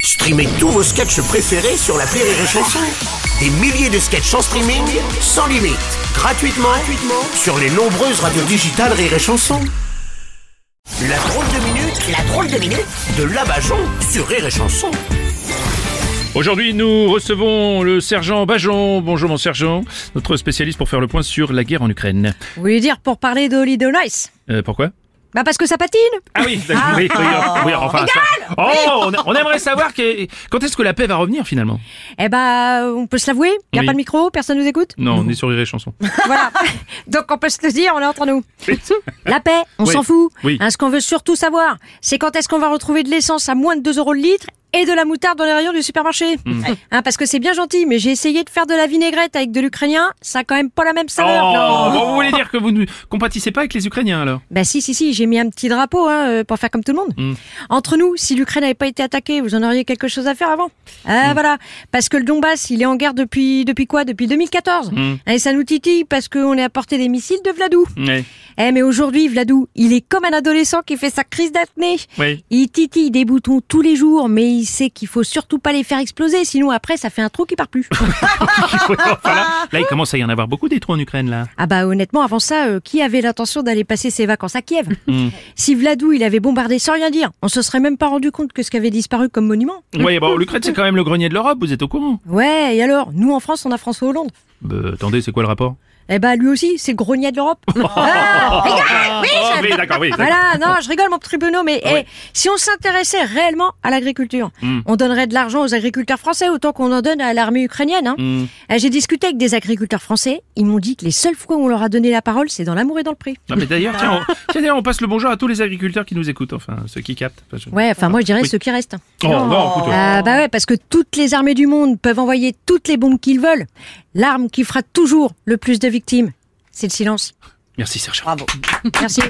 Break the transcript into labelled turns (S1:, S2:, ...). S1: Streamez tous vos sketchs préférés sur la Rire et Chanson. Des milliers de sketchs en streaming, sans limite, gratuitement, gratuitement sur les nombreuses radios digitales Rire et Chanson. La drôle de minute, la drôle de minute de Labajon sur Rire et Chanson.
S2: Aujourd'hui, nous recevons le sergent Bajon. Bonjour mon sergent, notre spécialiste pour faire le point sur la guerre en Ukraine.
S3: Vous voulez dire pour parler de Holly Nice
S2: Euh, pourquoi
S3: Bah parce que ça patine
S2: Ah oui, d'accord, Ah. oui, oui, oui, enfin. ça- Oh, on, on aimerait savoir que- quand est-ce que la paix va revenir finalement
S3: Eh bah on peut se l'avouer, il n'y a
S2: Oui. Mm.
S3: pas de micro, personne nous écoute
S2: Non, on est sur Rire et Chanson.
S3: Voilà, donc on peut se le dire, on est entre nous. La paix, on
S2: Oui.
S3: s'en fout.
S2: Oui.
S3: Hein, ce qu'on veut surtout savoir, c'est quand est-ce qu'on va retrouver de l'essence à moins de 2 euros le litre et de la moutarde dans les rayons du supermarché.
S2: Mm.
S3: Hein, parce que c'est bien gentil, mais j'ai essayé de faire de la vinaigrette avec de l'ukrainien, ça a quand même pas la même
S2: Oh,
S3: saveur.
S2: bon, vous voulez dire que vous ne compatissez pas avec les Ukrainiens alors
S3: Bah si, si, si, j'ai mis un petit drapeau hein, euh, pour faire comme tout le monde. Entre nous, si l'Ukraine n'avait pas été attaquée, vous en auriez quelque chose à faire avant. Ah voilà, parce que le Donbass, il est en guerre depuis depuis quoi Depuis 2014. Et ça nous titille parce qu'on est à portée des missiles de Vladou.
S2: Oui,
S3: Eh mais aujourd'hui, Vladou, il est comme un adolescent qui fait sa crise d'acné.
S2: oui.
S3: Il titille des boutons tous les jours, mais il sait qu'il faut surtout pas les faire exploser, sinon après ça fait un trou qui part plus.
S2: Enfin, là, là, il commence à y en avoir beaucoup des trous en Ukraine là.
S3: Ah bah honnêtement, avant ça, euh, qui avait l'intention d'aller passer ses vacances à Kiev
S2: Mm.
S3: Si Vladou, il avait bombardé sans rien dire, on se serait même pas rendu compte que ce qu'avait disparu comme monument.
S2: Mm. Oui, bon, l'Ukraine c'est quand même le grenier de l'Europe, vous êtes au courant
S3: Ouais, et alors Nous en France, on a François Hollande.
S2: Bah, Attendez, c'est quoi le rapport
S3: Eh bah lui aussi, c'est le grenier de l'Europe. Ah, regarde, oui,
S2: Oh,
S3: ça-
S2: oui, d'accord, oui. d'accord. Ah,
S3: Voilà, non, je rigole mon petit Bruno, mais eh, si on s'intéressait réellement à l'agriculture,
S2: Hmm.
S3: on donnerait de l'argent aux agriculteurs français autant qu'on en donne à l'armée ukrainienne. hein.
S2: Mm.
S3: Eh, J'ai discuté avec des agriculteurs français, ils m'ont dit que les seules fois où on leur a donné la parole, c'est dans l'amour et dans le prix.
S2: Ah, mais d'ailleurs, tiens, on, tiens, d'ailleurs, on passe le bonjour à tous les agriculteurs qui nous écoutent, enfin, ceux qui captent. Enfin, je-
S3: Ouais, enfin moi je dirais
S2: Ah. Oui.
S3: ceux qui restent.
S2: Oh, non, écoute, ouais.
S3: Ah bah ouais, parce que toutes les armées du monde peuvent envoyer toutes les bombes qu'ils veulent. L'arme qui fera toujours le plus de victimes, c'est le silence.
S2: Merci Serge.
S3: Merci.